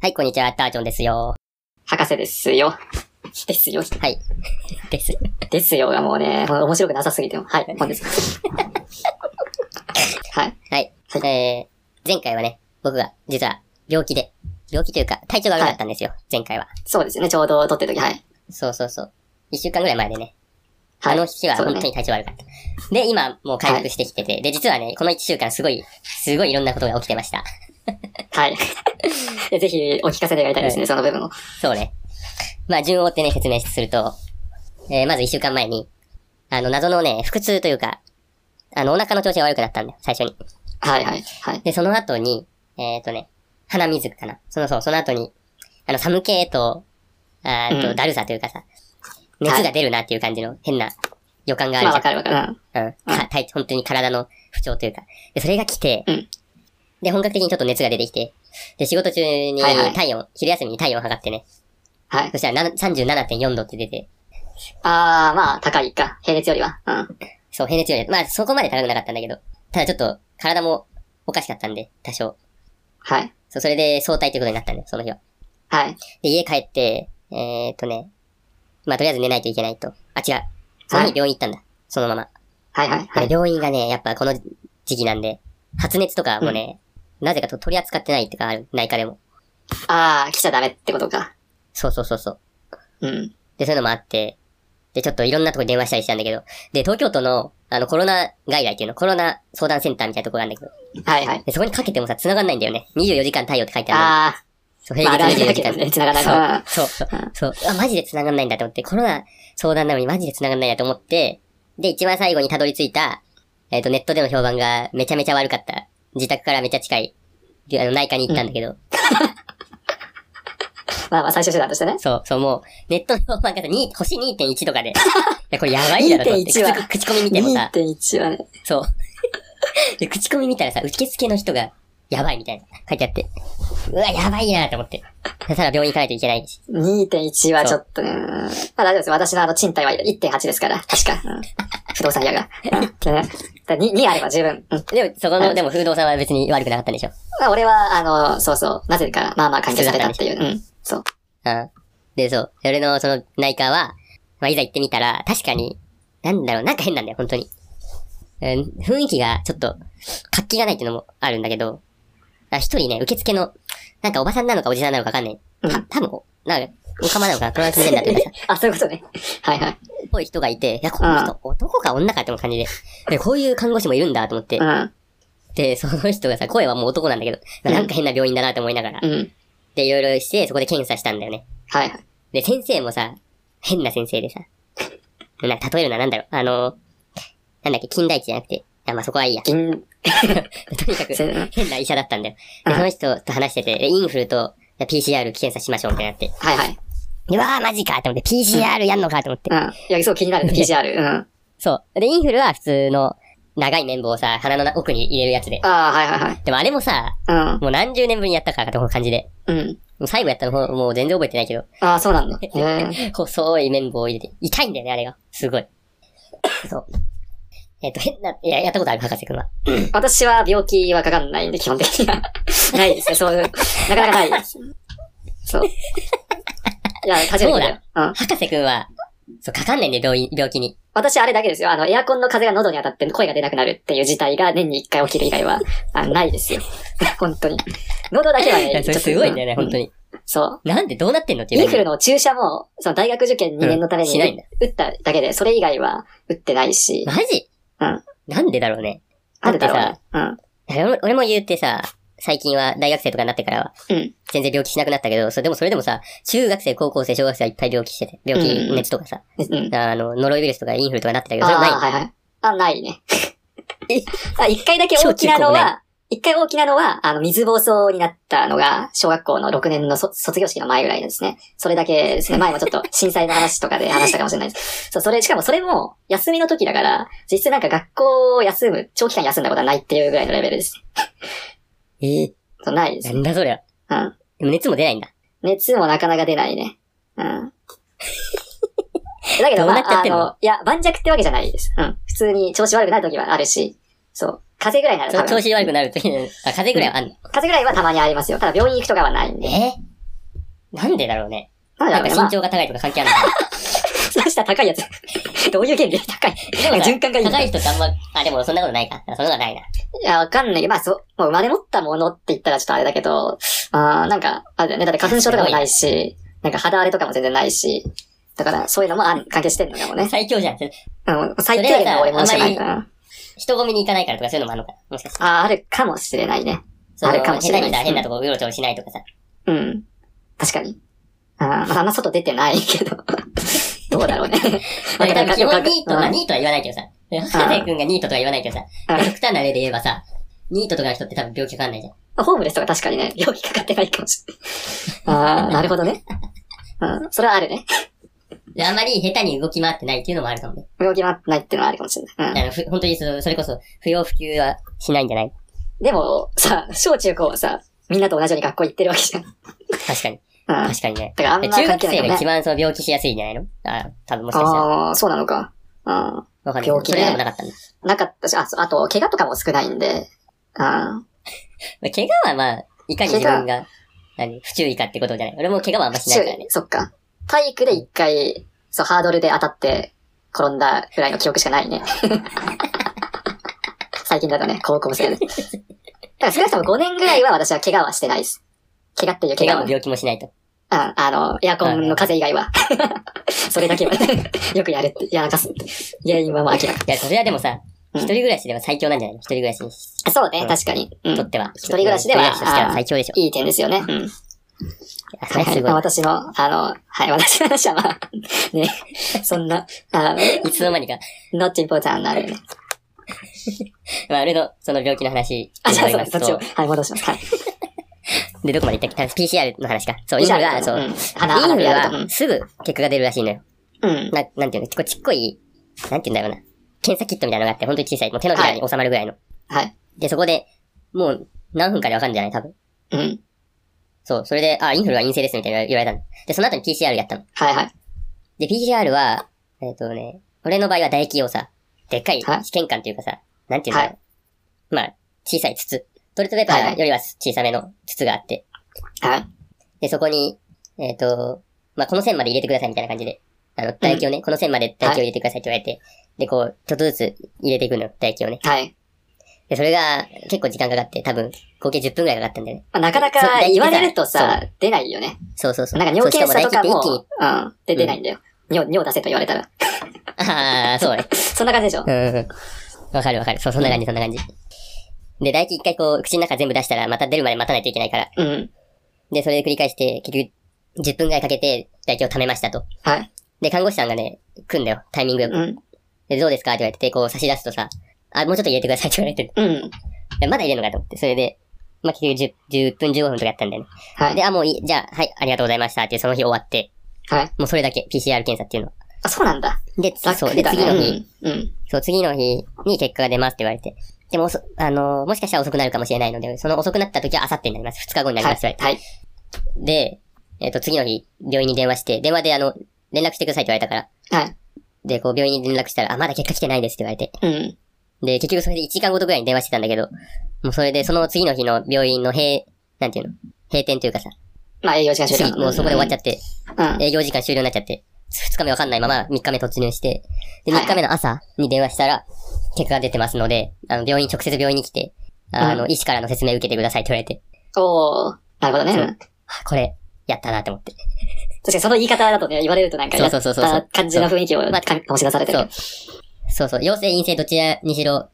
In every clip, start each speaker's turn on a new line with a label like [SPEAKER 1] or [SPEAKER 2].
[SPEAKER 1] はい、こんにちは、タージョンですよ。
[SPEAKER 2] 博士ですよ。ですよ。
[SPEAKER 1] はい。です。
[SPEAKER 2] ですよがもうね、面白くなさすぎても。はい、本です。はい。
[SPEAKER 1] はい。えー、前回はね、僕が実は病気で、病気というか体調が悪かったんですよ、前回は。
[SPEAKER 2] そうですよね、ちょうど撮ってる時、はい。
[SPEAKER 1] そうそうそう。一週間ぐらい前でね、
[SPEAKER 2] はい。
[SPEAKER 1] あの日は
[SPEAKER 2] そう
[SPEAKER 1] 本
[SPEAKER 2] だ
[SPEAKER 1] 当
[SPEAKER 2] ね
[SPEAKER 1] に体調悪かった。で、今もう回復してきてて、で、実はね、この一週間すごい、すごいいろんなことが起きてました。
[SPEAKER 2] はい。い やぜひお聞かせ願いたいですね、その部分を。
[SPEAKER 1] そうね。まあ、順を追ってね、説明すると、えー、まず一週間前に、あの、謎のね、腹痛というか、あの、お腹の調子が悪くなったんだよ、最初に。
[SPEAKER 2] はい、はい、はい。
[SPEAKER 1] で、その後に、えっ、とね、鼻水かな。そのそう、その後に、あの、寒気と、あーっと、
[SPEAKER 2] うん
[SPEAKER 1] だるさというかさ、
[SPEAKER 2] い
[SPEAKER 1] 熱が出るなっていう感じの変な予感があ
[SPEAKER 2] まあ、わ
[SPEAKER 1] るじ
[SPEAKER 2] かるわかる。うん
[SPEAKER 1] ゃん。うん。か体本当に体の不調というか。で、それが来て、
[SPEAKER 2] うん
[SPEAKER 1] で、本格的にちょっと熱が出てきて、で、仕事中に
[SPEAKER 2] はいはい
[SPEAKER 1] 体温、昼休みに体温測ってね、
[SPEAKER 2] はい。
[SPEAKER 1] そしたらな37.4度って出て、
[SPEAKER 2] あー、まあ、高いか。平熱よりは。うん。
[SPEAKER 1] そう、平熱より、まあ、そこまで高くなかったんだけど、ただちょっと、体もおかしかったんで、多少。
[SPEAKER 2] はい。
[SPEAKER 1] そう、それで早退ということになったんだよ、その日は。
[SPEAKER 2] はい。
[SPEAKER 1] で、家帰って、えー、っとね、まあ、とりあえず寝ないといけないと。あ、違う。その
[SPEAKER 2] はい
[SPEAKER 1] 日病院行ったんだ。そのまま。
[SPEAKER 2] はい、はい、は
[SPEAKER 1] で
[SPEAKER 2] い。
[SPEAKER 1] 病院がね、やっぱこの時期なんで、発熱とかもね、なぜかと取り扱ってないとかある、内科でも。
[SPEAKER 2] あー、来ちゃダメってことか。
[SPEAKER 1] そうそうそうそう。
[SPEAKER 2] うん。
[SPEAKER 1] で、そういうのもあって、で、ちょっといろんなとこに電話したりしたんだけど、で、東京都の、あの、コロナ外来っていうの、コロナ相談センターみたいなとこがあるんだけど、
[SPEAKER 2] はい、はい。
[SPEAKER 1] で、そこにかけてもさ、繋がんないんだよね。24時間対応って書いてあるのに。
[SPEAKER 2] あ
[SPEAKER 1] そう、
[SPEAKER 2] ー、まあ、
[SPEAKER 1] 平
[SPEAKER 2] あ
[SPEAKER 1] 日
[SPEAKER 2] るあ
[SPEAKER 1] 24
[SPEAKER 2] るだ
[SPEAKER 1] 時
[SPEAKER 2] け
[SPEAKER 1] 間
[SPEAKER 2] どね、繋がら
[SPEAKER 1] そう
[SPEAKER 2] ない。うん
[SPEAKER 1] そう、そう
[SPEAKER 2] うん、
[SPEAKER 1] そう。あ、マジで繋がんないんだと思って、コロナ相談なのにマジで繋がんないなと思って、で、一番最後にたどり着いた、えっ、と、ネットでの評判がめちゃめちゃ悪かった。自宅からめちゃ近い、であの内科に行ったんだけど、
[SPEAKER 2] まあまあ、最終手段としてね。
[SPEAKER 1] そう、そう、もう、ネットの評判がさ、に星2.1とか で、いや、これやばいだろと思って、
[SPEAKER 2] 2.1は
[SPEAKER 1] 口口コミ見てもさ、
[SPEAKER 2] 2.1はね。
[SPEAKER 1] そう。で、口コミ見たらさ、受付の人が、やばいみたいな、書いてあって、うわ、やばいなと思って。ただ病院行かないといけないし。
[SPEAKER 2] 2.1はちょっとね、うんまあ大丈夫です。私のあの賃貸は1.8ですから、確か。うん不動産屋 が。うんねだ 2, 2あれば十分。うん
[SPEAKER 1] でも、そこの、でも、不動産は別に悪くなかったんでしょ。
[SPEAKER 2] まあ俺は、あの、そうそう、なぜか、まあまあ関係されたっていう。うん。そう。
[SPEAKER 1] うん。で、そう。俺のその内科は、まあ、いざ行ってみたら、確かに、なんだろう、なんか変なんだよ、本当に。うん、雰囲気がちょっと、活気がないっていうのもあるんだけど、あ一人ね、受付の、なんかおばさんなのかおじさんなのかわかんない。
[SPEAKER 2] うん
[SPEAKER 1] た、多分なんか、おかまなのかな、トランスジェンダーというかさ、
[SPEAKER 2] あ、そういうことね。はいはい。
[SPEAKER 1] っぽい人がいて、いや、この人、男か女かっても感じで、で、こういう看護師もいるんだと思って
[SPEAKER 2] う、ん。
[SPEAKER 1] で、その人がさ、声はもう男なんだけど、
[SPEAKER 2] うん
[SPEAKER 1] なんか変な病院だなって思いながら
[SPEAKER 2] う、ん。
[SPEAKER 1] で、いろいろして、そこで検査したんだよね。
[SPEAKER 2] はいはい。
[SPEAKER 1] で、先生もさ、変な先生でさ、 なんか例えるのはなんだろう、あのなんだっけ、金田一じゃなくて、あ、まあ、そこはいいや。
[SPEAKER 2] 銀、
[SPEAKER 1] とにかく、
[SPEAKER 2] せはい
[SPEAKER 1] 変な医者だったんだよ。で、
[SPEAKER 2] うん
[SPEAKER 1] その人と話してて、でインフルと PCR 検査しましょうってなって、
[SPEAKER 2] はい。
[SPEAKER 1] うわー、マジかって思って、PCR やんのかって思って
[SPEAKER 2] う。ん。いや、そう気にな るね、PCR。うん。
[SPEAKER 1] そう。で、インフルは普通の長い綿棒をさ、鼻の奥に入れるやつで。
[SPEAKER 2] ああ、はいはい
[SPEAKER 1] でもあれもさ、
[SPEAKER 2] はい。
[SPEAKER 1] もう何十年ぶりにやったからかと思う感じで。
[SPEAKER 2] うん。うん。
[SPEAKER 1] もう最後やったのほもう全然覚えてないけど、
[SPEAKER 2] ああ、そうな んだ。へえ
[SPEAKER 1] 細い綿棒を入れて、痛いんだよね、あれが。す ごい。そう。えっ、と、変な、いや、やったことある、博士くんは。
[SPEAKER 2] 私は病気はかかんないんで、基本的に は。ないですね、そういう。なかなかないです。そう。いや、初めてだよ。うん。
[SPEAKER 1] 博士くんは、そう、かかんないんだよ、病院病気に。
[SPEAKER 2] 私、あれだけですよ。あの、エアコンの風が喉に当たって声が出なくなるっていう事態が年に一回起きる以外は、あないですよ。本当に。喉だけはね、
[SPEAKER 1] いや、それすごいんだよね、本当
[SPEAKER 2] に。
[SPEAKER 1] に。
[SPEAKER 2] そう。
[SPEAKER 1] なんでどうなってんのっていう
[SPEAKER 2] イ
[SPEAKER 1] 感
[SPEAKER 2] ン
[SPEAKER 1] じ。
[SPEAKER 2] フルの注射も、その大学受験2年のため
[SPEAKER 1] うんしないん
[SPEAKER 2] に
[SPEAKER 1] だ
[SPEAKER 2] 打っただけで、それ以外は打ってないし、
[SPEAKER 1] マジ
[SPEAKER 2] うん
[SPEAKER 1] なんでだろうね。
[SPEAKER 2] あるだろう
[SPEAKER 1] だってい
[SPEAKER 2] ね。うん。
[SPEAKER 1] や俺も俺も言ってさ、最近は大学生とかになってからは、
[SPEAKER 2] うん
[SPEAKER 1] 全然病気しなくなったけど、それでもそれでもさ、中学生、高校生、小学生はいっぱい病気してて、病
[SPEAKER 2] うんう
[SPEAKER 1] 気、
[SPEAKER 2] ん
[SPEAKER 1] 熱とかさ、
[SPEAKER 2] うん。
[SPEAKER 1] あの、ノロウイルスとかインフルとかなってたけど、
[SPEAKER 2] あ
[SPEAKER 1] それもない。
[SPEAKER 2] あ、はいはい。あ、ないね。
[SPEAKER 1] え
[SPEAKER 2] あ、一回だけ大きなの
[SPEAKER 1] 小中高ない
[SPEAKER 2] は、一回大きなのは、あの、水暴走になったのが、小学校の6年のそ卒業式の前ぐらいですね。それだけですね。前もちょ っと震災の話とかで話したかもしれないです。そう、それ、しかもそれも、休みの時だから、実質なんか学校を休む、長期間休んだことはないっていうぐらいのレベルです。
[SPEAKER 1] え
[SPEAKER 2] そう、ないで
[SPEAKER 1] ー、
[SPEAKER 2] す。
[SPEAKER 1] なんだそりゃ。
[SPEAKER 2] うん。
[SPEAKER 1] でも熱も出ないんだ。
[SPEAKER 2] 熱もなかなか出ないね。うん。だけど、
[SPEAKER 1] どう
[SPEAKER 2] ま
[SPEAKER 1] なっちゃ
[SPEAKER 2] あ、
[SPEAKER 1] っ
[SPEAKER 2] あ
[SPEAKER 1] てんの
[SPEAKER 2] の、いや、盤石ってわけじゃないです。うん。普通に調子悪くなる時はあるし、そう。風邪ぐらいなら
[SPEAKER 1] そ
[SPEAKER 2] 多
[SPEAKER 1] う調
[SPEAKER 2] 分、
[SPEAKER 1] 子悪くなるときに、あ、風邪ぐらいはあんの。
[SPEAKER 2] 風邪ぐらいはたまにありますよ。ただ病院行くとかはないんで。
[SPEAKER 1] えなんでだろうね。
[SPEAKER 2] なん
[SPEAKER 1] な
[SPEAKER 2] だ
[SPEAKER 1] ん
[SPEAKER 2] ろ
[SPEAKER 1] か
[SPEAKER 2] うね。ま
[SPEAKER 1] 身長が高いとか関 係あるのか
[SPEAKER 2] あ、下高いやつ。 どういう原理高い。
[SPEAKER 1] な
[SPEAKER 2] なんか
[SPEAKER 1] でも
[SPEAKER 2] 循環がいい
[SPEAKER 1] さ
[SPEAKER 2] のか
[SPEAKER 1] 高い人ってあんま、あ、でもそんなことないか。そんなことはないな。
[SPEAKER 2] いや、わかんないけど、まあ、そう、もう生まれ持ったものって言ったらちょっとあれだけど、あーなんか、あれだよね、だって花粉症とかもないし、なんか肌荒れとかも全然ないし、だからそういうのもあん関係してんのかもね。
[SPEAKER 1] 最強じゃん。
[SPEAKER 2] うん、最低限の俺ものじゃないかな。
[SPEAKER 1] 人混みに行かないからとかそういうのもあるのかな。もしかして。
[SPEAKER 2] ああー、あるかもしれないね。
[SPEAKER 1] その
[SPEAKER 2] あるかもしれな
[SPEAKER 1] 下手
[SPEAKER 2] い
[SPEAKER 1] にさ、変なとこうろちょろしないとかさ。
[SPEAKER 2] うん。確かに。あーまあ、あんま外出てないけど。 どうだ ろうね。
[SPEAKER 1] だから基本ニート、まあ
[SPEAKER 2] うん
[SPEAKER 1] ニートは言わないけどさ。ハゼ君がニートとは言わないけどさ。
[SPEAKER 2] うん
[SPEAKER 1] 極端な例で言えばさ、ニートとかの人って多分病気かかんないじゃん。
[SPEAKER 2] ホームレスとか確かにね、病気かかってないかもしれない。ああ、なるほどね。うん、それはあるね。
[SPEAKER 1] であんまり下手に動き回ってないっていうのもあるかもね。
[SPEAKER 2] 病気はないっていうのはあるかもしれない。うん
[SPEAKER 1] あ。の、ふ本当にそうそれこそ、不要不急はしないんじゃない
[SPEAKER 2] でも、さ、小中高はさ、みんなと同じように学校行ってるわけじゃん。うん。
[SPEAKER 1] 確かに。
[SPEAKER 2] だ
[SPEAKER 1] 確かにね。
[SPEAKER 2] からあん
[SPEAKER 1] で
[SPEAKER 2] ま
[SPEAKER 1] 中
[SPEAKER 2] 関
[SPEAKER 1] 学
[SPEAKER 2] 係な
[SPEAKER 1] 生
[SPEAKER 2] いよ
[SPEAKER 1] が
[SPEAKER 2] ね
[SPEAKER 1] 一。番その病気しやすいんじゃないのあ、多分もしかしたら。
[SPEAKER 2] ああー、そうなのか。うん。
[SPEAKER 1] わかんない。
[SPEAKER 2] 病気ね
[SPEAKER 1] それでもなかったんだ。
[SPEAKER 2] なかったし、あ、そうあと、怪我とかも少ないんで。うん。
[SPEAKER 1] まあ怪我はまあ、いかに自分が、何、不注意かってことじゃない。俺も怪我はあんましないからね。
[SPEAKER 2] そっか。体育で一回、そう、ハードルで当たって、転んだぐらいの記憶しかない ね。最近だとね、高校 生で。だから少なくとも5年ぐらいは私は怪我はしてないです。怪我っていう怪
[SPEAKER 1] 怪我
[SPEAKER 2] 我は
[SPEAKER 1] も病気もしないと。
[SPEAKER 2] うん、あの、エアコンの風以外は。 それだけは、ね、よくやるって、やらかすって。原因はまあ明らか。
[SPEAKER 1] いや、それはでもさ、
[SPEAKER 2] うん
[SPEAKER 1] 一人暮らしでは最強なんじゃない一人暮らしに
[SPEAKER 2] あそうね、
[SPEAKER 1] うん
[SPEAKER 2] 確かに。うん
[SPEAKER 1] とっては。
[SPEAKER 2] 一人暮らしでは
[SPEAKER 1] 一人暮らしとしては最強でしょ。
[SPEAKER 2] いい点ですよね。うん。
[SPEAKER 1] あ、それは
[SPEAKER 2] はいはい
[SPEAKER 1] すご
[SPEAKER 2] ま
[SPEAKER 1] い
[SPEAKER 2] あ、。私の、あの、はい、私の話はまあ、ね、そんな、あの、
[SPEAKER 1] いつの間にか、
[SPEAKER 2] not important なんでね。
[SPEAKER 1] まあ、俺のその病気の話
[SPEAKER 2] あ、
[SPEAKER 1] に
[SPEAKER 2] じゃ
[SPEAKER 1] 戻
[SPEAKER 2] あ
[SPEAKER 1] り
[SPEAKER 2] そう
[SPEAKER 1] ま
[SPEAKER 2] ですす、そっち
[SPEAKER 1] と、
[SPEAKER 2] を、はい、戻します。はい。
[SPEAKER 1] で、どこまで行ったっけ ?PCR の話か。そう、インフルは、そう、イ
[SPEAKER 2] ん
[SPEAKER 1] ン
[SPEAKER 2] 鼻、鼻
[SPEAKER 1] フ
[SPEAKER 2] で
[SPEAKER 1] ル
[SPEAKER 2] やると。う
[SPEAKER 1] は
[SPEAKER 2] ん
[SPEAKER 1] すぐ結果が出るらしいのよ。
[SPEAKER 2] うん。
[SPEAKER 1] な、なんていうの、結構ちっこい、なんていうんだろうな。検査キットみたいなのがあって、本当に小さい、もう手のひらに収まるぐらいの。
[SPEAKER 2] はい。
[SPEAKER 1] で、そこで、もう何分かでわかるんじゃない多分。
[SPEAKER 2] うん。
[SPEAKER 1] そう、それで、あ、インフルは陰性ですみたいな言われたの。で、その後に PCR やったの。
[SPEAKER 2] はいはい。
[SPEAKER 1] で、PCR は、えっ、とね、俺の場合は唾液をさ、でっかい
[SPEAKER 2] はい
[SPEAKER 1] 試験管というかさ、なんていうんだろう。まあ、小さい筒。トイレットペーパ
[SPEAKER 2] はいは
[SPEAKER 1] ー
[SPEAKER 2] い
[SPEAKER 1] よりは小さめの筒があって、
[SPEAKER 2] はい。
[SPEAKER 1] で、そこに、えっ、と、まあ、この線まで入れてくださいみたいな感じで、あの、唾液をね、この線まで唾液を入れてくださいって言われて、で、こう、ちょっとずつ入れていくのよ、唾液をね。
[SPEAKER 2] はい。
[SPEAKER 1] で、それが結構時間かかって、多分、合計10分くらいかかったんだよね。
[SPEAKER 2] まあ、なかな
[SPEAKER 1] そう
[SPEAKER 2] か
[SPEAKER 1] 大体
[SPEAKER 2] 言われるとさ
[SPEAKER 1] そ、
[SPEAKER 2] 出ないよね。
[SPEAKER 1] そうそうそう。
[SPEAKER 2] なんか尿検査とか
[SPEAKER 1] そう
[SPEAKER 2] も、
[SPEAKER 1] しも
[SPEAKER 2] うん。で、出ないんだよ。尿、尿出せと言われたら。
[SPEAKER 1] 唾液って一気に、ああ、そうね。
[SPEAKER 2] そんな感じでしょ
[SPEAKER 1] うんうんうん。わかるわかる。そう、そんな感じ、そんな感じ。で、唾液一回こう、口の中全部出したら、また出るまで待たないといけないから。
[SPEAKER 2] うん。
[SPEAKER 1] で、それで繰り返して、結局、10分ぐらいかけて、唾液を溜めましたと。
[SPEAKER 2] はい。
[SPEAKER 1] で、看護師さんがね、来んだよ。タイミングよく。
[SPEAKER 2] うん。
[SPEAKER 1] で、どうですかって言われて、こう差し出すとさ、あ、もうちょっと入れてくださいって言われてる。
[SPEAKER 2] うん。
[SPEAKER 1] でまだ入れるのかと思って。それで、まあ、結局 10, 10分15分とかやったんだよね。
[SPEAKER 2] はい。
[SPEAKER 1] で、あ、もういい。じゃあ、はい、ありがとうございました。ってその日終わって、
[SPEAKER 2] はい。
[SPEAKER 1] もうそれだけ、PCR 検査っていうのは。
[SPEAKER 2] あ、そうなんだ。
[SPEAKER 1] で、
[SPEAKER 2] ざっ
[SPEAKER 1] そう。
[SPEAKER 2] く
[SPEAKER 1] で、
[SPEAKER 2] りだ
[SPEAKER 1] 次の日、
[SPEAKER 2] ね。うん。うん。
[SPEAKER 1] そう、次の日に結果が出ますって言われて。でも遅、あのーもしかしたら遅くなるかもしれないので、その遅くなった時はあさってになります。2日後になり
[SPEAKER 2] は
[SPEAKER 1] ま
[SPEAKER 2] い
[SPEAKER 1] す。って
[SPEAKER 2] はい。
[SPEAKER 1] 言われてで、えっ、と、次の日、病院に電話して、電話であの、連絡してくださいって言われたから。
[SPEAKER 2] はい。
[SPEAKER 1] で、こう、病院に連絡したら、あ、まだ結果来てないですって言われて。
[SPEAKER 2] うん。
[SPEAKER 1] で、結局それで1時間ごとくらいに電話してたんだけど、もうそれで、その次の日の病院の閉、なんていうの閉店というかさ、
[SPEAKER 2] まあ、営業時間終
[SPEAKER 1] 次、
[SPEAKER 2] 了。
[SPEAKER 1] もうそこで終わっちゃって、
[SPEAKER 2] うん。うん。
[SPEAKER 1] 営業時間終了になっちゃって、2日目わかんないまま3日目突入して、で、
[SPEAKER 2] はい
[SPEAKER 1] 3日目の朝に電話したら、結果が出てますので、あの、病院、直接病院に来て、あの、医師からの説明受けてくださいって言われて、
[SPEAKER 2] おー。なるほどね。
[SPEAKER 1] そう
[SPEAKER 2] うん確
[SPEAKER 1] あこれ、やったなって思って。
[SPEAKER 2] かにその言い方だとね、言われるとなんか、
[SPEAKER 1] そうそうそうそう
[SPEAKER 2] やった感じの雰囲気を、
[SPEAKER 1] ま
[SPEAKER 2] ま
[SPEAKER 1] あ
[SPEAKER 2] あ、醸し出されて
[SPEAKER 1] そ
[SPEAKER 2] る
[SPEAKER 1] う。。そうそう、陽性、陰性、どちらにしろ、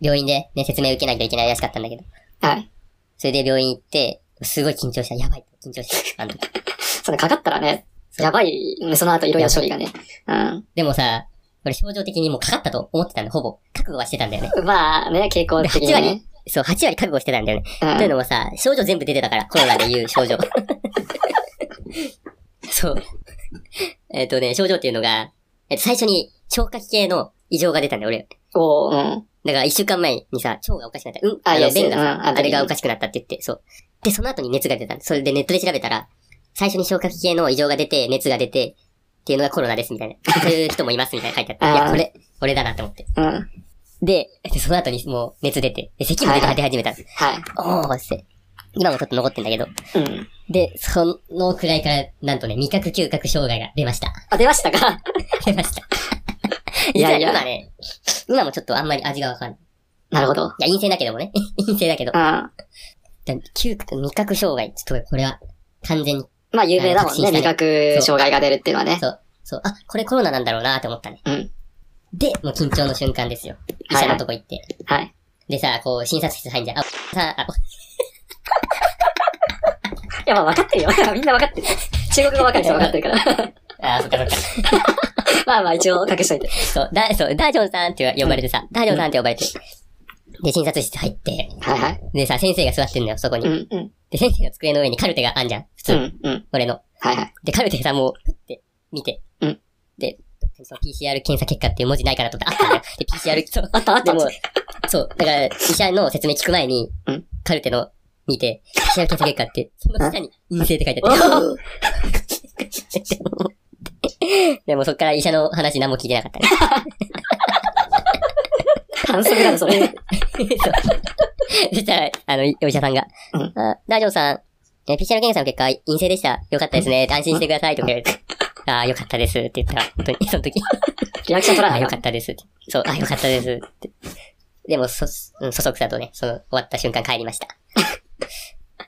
[SPEAKER 1] 病院でね、説明受けなきゃいけないらしかったんだけど、
[SPEAKER 2] はい。
[SPEAKER 1] それで病院行って、すごい緊張した。やばい。緊張した。あの時
[SPEAKER 2] それかかったらね、やばい、ねその後いろいろ処理がね。うん。
[SPEAKER 1] でもさ、俺症状的にもうかかったと思ってたんだ、ほぼ。覚悟はしてたんだよね。
[SPEAKER 2] まあね、傾向的にね。
[SPEAKER 1] そう、8割覚悟してたんだよね。
[SPEAKER 2] う
[SPEAKER 1] というの
[SPEAKER 2] ん。
[SPEAKER 1] もさ、症状全部出てたから、コロナで言う症 状。そう。えっ、とね、症状っていうのが、えっと最初に消化器系の異常が出たんだよ、俺。
[SPEAKER 2] おー、うん。
[SPEAKER 1] だから一週間前にさ、腸がおかしくなった。うん、
[SPEAKER 2] あ
[SPEAKER 1] の
[SPEAKER 2] いや
[SPEAKER 1] 便が
[SPEAKER 2] うん
[SPEAKER 1] さ、
[SPEAKER 2] あ
[SPEAKER 1] あれがおかしくなったって言って、そう。で、その後に熱が出た。それでネットで調べたら、最初に消化器系の異常が出て、熱が出て、っていうのがコロナです、みたいな。そういう人もいます、みたいな書いてあって。い
[SPEAKER 2] あ
[SPEAKER 1] や、
[SPEAKER 2] ー
[SPEAKER 1] これ、俺だなって思って。
[SPEAKER 2] うん。
[SPEAKER 1] で、でその後にもう熱出て、で、咳も出て
[SPEAKER 2] はいはい
[SPEAKER 1] 出始めた。
[SPEAKER 2] はい。
[SPEAKER 1] おーって。今もちょっと残ってんだけど、
[SPEAKER 2] うん。
[SPEAKER 1] で、そのくらいから、なんとね、味覚嗅覚障害が出ました。
[SPEAKER 2] あ、出ましたか
[SPEAKER 1] 出ました。
[SPEAKER 2] いやいや
[SPEAKER 1] 実は今ね、今もちょっとあんまり味がわかんない。
[SPEAKER 2] なるほ
[SPEAKER 1] い
[SPEAKER 2] ど。
[SPEAKER 1] や、陰性だけどもね。 陰性だけど
[SPEAKER 2] うん。。ま
[SPEAKER 1] だ嗅覚、味覚障害。ちょっとこれは、完全に、
[SPEAKER 2] あ、有名だもんね。
[SPEAKER 1] うん
[SPEAKER 2] 味覚障害が出るっていうのはね。
[SPEAKER 1] そう、あ、これコロナなんだろうなって思ったね。
[SPEAKER 2] うん
[SPEAKER 1] で、もう緊張の瞬間ですよ。医
[SPEAKER 2] はい
[SPEAKER 1] 者のとこ行って。
[SPEAKER 2] はい。
[SPEAKER 1] でさ、こう、診察室入んじゃん。あ、さあ、あ
[SPEAKER 2] いや、まあ、分かってるよ。 みんな分かってる。中国語分かる人は分かってるから。
[SPEAKER 1] あ、そっかそっか。
[SPEAKER 2] まあまあ、一応隠しといて。
[SPEAKER 1] そう、だ、そう、ダージョンさんって呼ばれてさ、ダージョンさんって呼ばれて。で、診察室入って、
[SPEAKER 2] はいはい。
[SPEAKER 1] でさ、先生が座ってんのよ、そこ
[SPEAKER 2] う
[SPEAKER 1] に。
[SPEAKER 2] ん、うん。
[SPEAKER 1] で、先生の机の上にカルテがあんじゃん。普
[SPEAKER 2] う
[SPEAKER 1] 通、
[SPEAKER 2] ん、うん。
[SPEAKER 1] 俺の。
[SPEAKER 2] はいはい。
[SPEAKER 1] で、カルテさ、もう、ふって、見て。
[SPEAKER 2] うん
[SPEAKER 1] で、その PCR 検査結果っていう文字ないかなと思って、あったんだよ。で、PCR、そう、
[SPEAKER 2] あったあっ
[SPEAKER 1] で
[SPEAKER 2] た。
[SPEAKER 1] も、そう、だから、医者の説明聞く前に
[SPEAKER 2] うん、
[SPEAKER 1] カルテの見て、PCR 検査結果って、その下に陰性って書いて
[SPEAKER 2] お
[SPEAKER 1] あった。
[SPEAKER 2] ー
[SPEAKER 1] でもそっから医者の話何も聞いてなかったね。
[SPEAKER 2] 反則だぞ、そ れ。
[SPEAKER 1] そうそしたら、あの、お医者さんが、
[SPEAKER 2] うん
[SPEAKER 1] あ大丈夫さん、え PCR 検査の結果陰性でした。よかったですね。安心してください。とか言われて、ああ、よかったですって言ったら、本当に、その時。
[SPEAKER 2] リアクション取らな
[SPEAKER 1] あ、
[SPEAKER 2] い
[SPEAKER 1] よ
[SPEAKER 2] よ
[SPEAKER 1] か。ったですって。そう、あ、よかったですって。でも、そ、うんそそくさとね、その、終わった瞬間帰りました。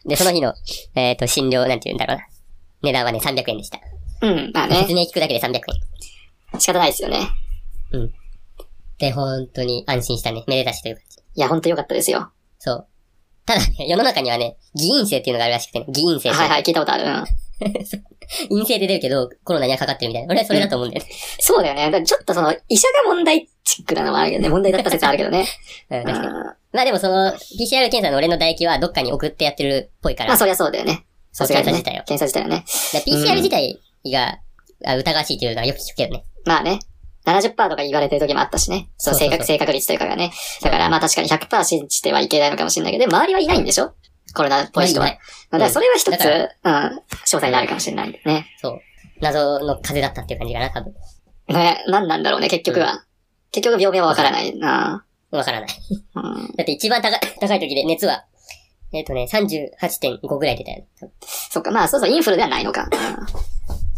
[SPEAKER 1] で、その日の、えっ、と、診療、なんて言うんだろうな。値段はね、300円でした。
[SPEAKER 2] うん、まあね
[SPEAKER 1] 説。明聞くだけで300円。
[SPEAKER 2] 仕方ないですよね。
[SPEAKER 1] で、本当に安心したね。めでたしというか。
[SPEAKER 2] いや、ほんとよかったですよ。
[SPEAKER 1] そう。ただね、世の中にはね、偽陰性っていうのがあるらしくてね。偽陰性って
[SPEAKER 2] はいはい、聞いたことある。うん。
[SPEAKER 1] 陰性で出るけど、コロナにはかかってるみたいな。俺はそれだと思うんだよね。
[SPEAKER 2] そうだよね。だからちょっとその、医者が問題チックなのもあるけどね。問題だった説あるけどね。
[SPEAKER 1] うん、
[SPEAKER 2] うん
[SPEAKER 1] 確かに。まあでもその、PCR 検査の俺の唾液はどっかに送ってやってるっぽいか
[SPEAKER 2] ま
[SPEAKER 1] ら
[SPEAKER 2] あ、、そりゃそうだよね。
[SPEAKER 1] そ
[SPEAKER 2] さ
[SPEAKER 1] う
[SPEAKER 2] すがにね。
[SPEAKER 1] 検査自体を
[SPEAKER 2] 検査自体はね。
[SPEAKER 1] だから PCR 自体が、あ疑わしいというのはよく聞くけどね。
[SPEAKER 2] まあね。70%とか言われてる時もあったしね。そう、
[SPEAKER 1] そうそう
[SPEAKER 2] 正
[SPEAKER 1] そう
[SPEAKER 2] 確、正確率というかがね。だからまあ確かに100%信じてはいけないのかもしれないけど、でも周りはいないんでしょコロナっぽい人は。
[SPEAKER 1] まあい
[SPEAKER 2] まあだからそれは一
[SPEAKER 1] だ
[SPEAKER 2] つ、
[SPEAKER 1] か
[SPEAKER 2] うん、詳細になるかもしれないんだよね。
[SPEAKER 1] そう。謎の風邪だったっていう感じかな、多分。
[SPEAKER 2] ね、何なんだろうね、結局は。結局病名はわからないな。
[SPEAKER 1] わからない。
[SPEAKER 2] うん、
[SPEAKER 1] だって一番高い、高い時で熱は、えっ、とね、38.5ぐらい出たよね。
[SPEAKER 2] そっか、まあそうそう、インフルではないのか。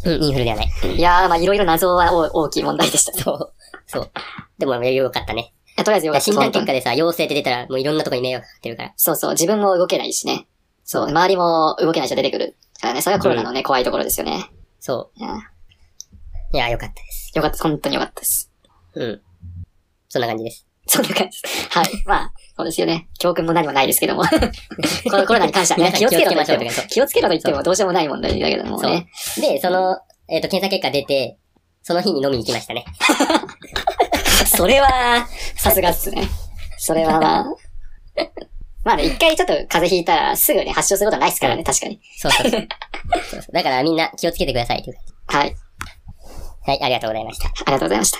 [SPEAKER 1] うん、インフルではない。
[SPEAKER 2] うんいやー、まあいろいろ謎は大大きい問題でした。い
[SPEAKER 1] そう。そう。でも、よかったね。
[SPEAKER 2] やとりあえずよかった。
[SPEAKER 1] 診断結
[SPEAKER 2] 本
[SPEAKER 1] 果でさ、陽性って出たら、もういろんなとこに迷惑かかってるから。
[SPEAKER 2] 当そうそう、自分も動けないしね。そう、周りも動けない人出てくる。からね、それがコロナのね、怖いところですよね。
[SPEAKER 1] そ
[SPEAKER 2] いや
[SPEAKER 1] う。いや、よかったです。
[SPEAKER 2] よかった、本当によかったです。
[SPEAKER 1] うん。そんな感じです。
[SPEAKER 2] そんな感じです。はい。まあ、そうですよね。教訓も何もないですけ ども。このコロナに関してはね、
[SPEAKER 1] 皆さ
[SPEAKER 2] 気
[SPEAKER 1] ん
[SPEAKER 2] をつけろと言
[SPEAKER 1] 気をつけま
[SPEAKER 2] って
[SPEAKER 1] しょう
[SPEAKER 2] も、気をつけろと言ってもどうしようもない問題だけどもね。
[SPEAKER 1] で、その、えっ、と、検査結果出て、その日に飲みに行きましたね。
[SPEAKER 2] それは、さすがっすね。それはまあ。 まあね、一回ちょっと風邪ひいたらすぐね、発症することはないですからね、確かに。
[SPEAKER 1] そうそうそう。そうそうだからみんな気をつけてくださいという感
[SPEAKER 2] はい。
[SPEAKER 1] じ。はい、ありがとうございました。
[SPEAKER 2] ありがとうございました。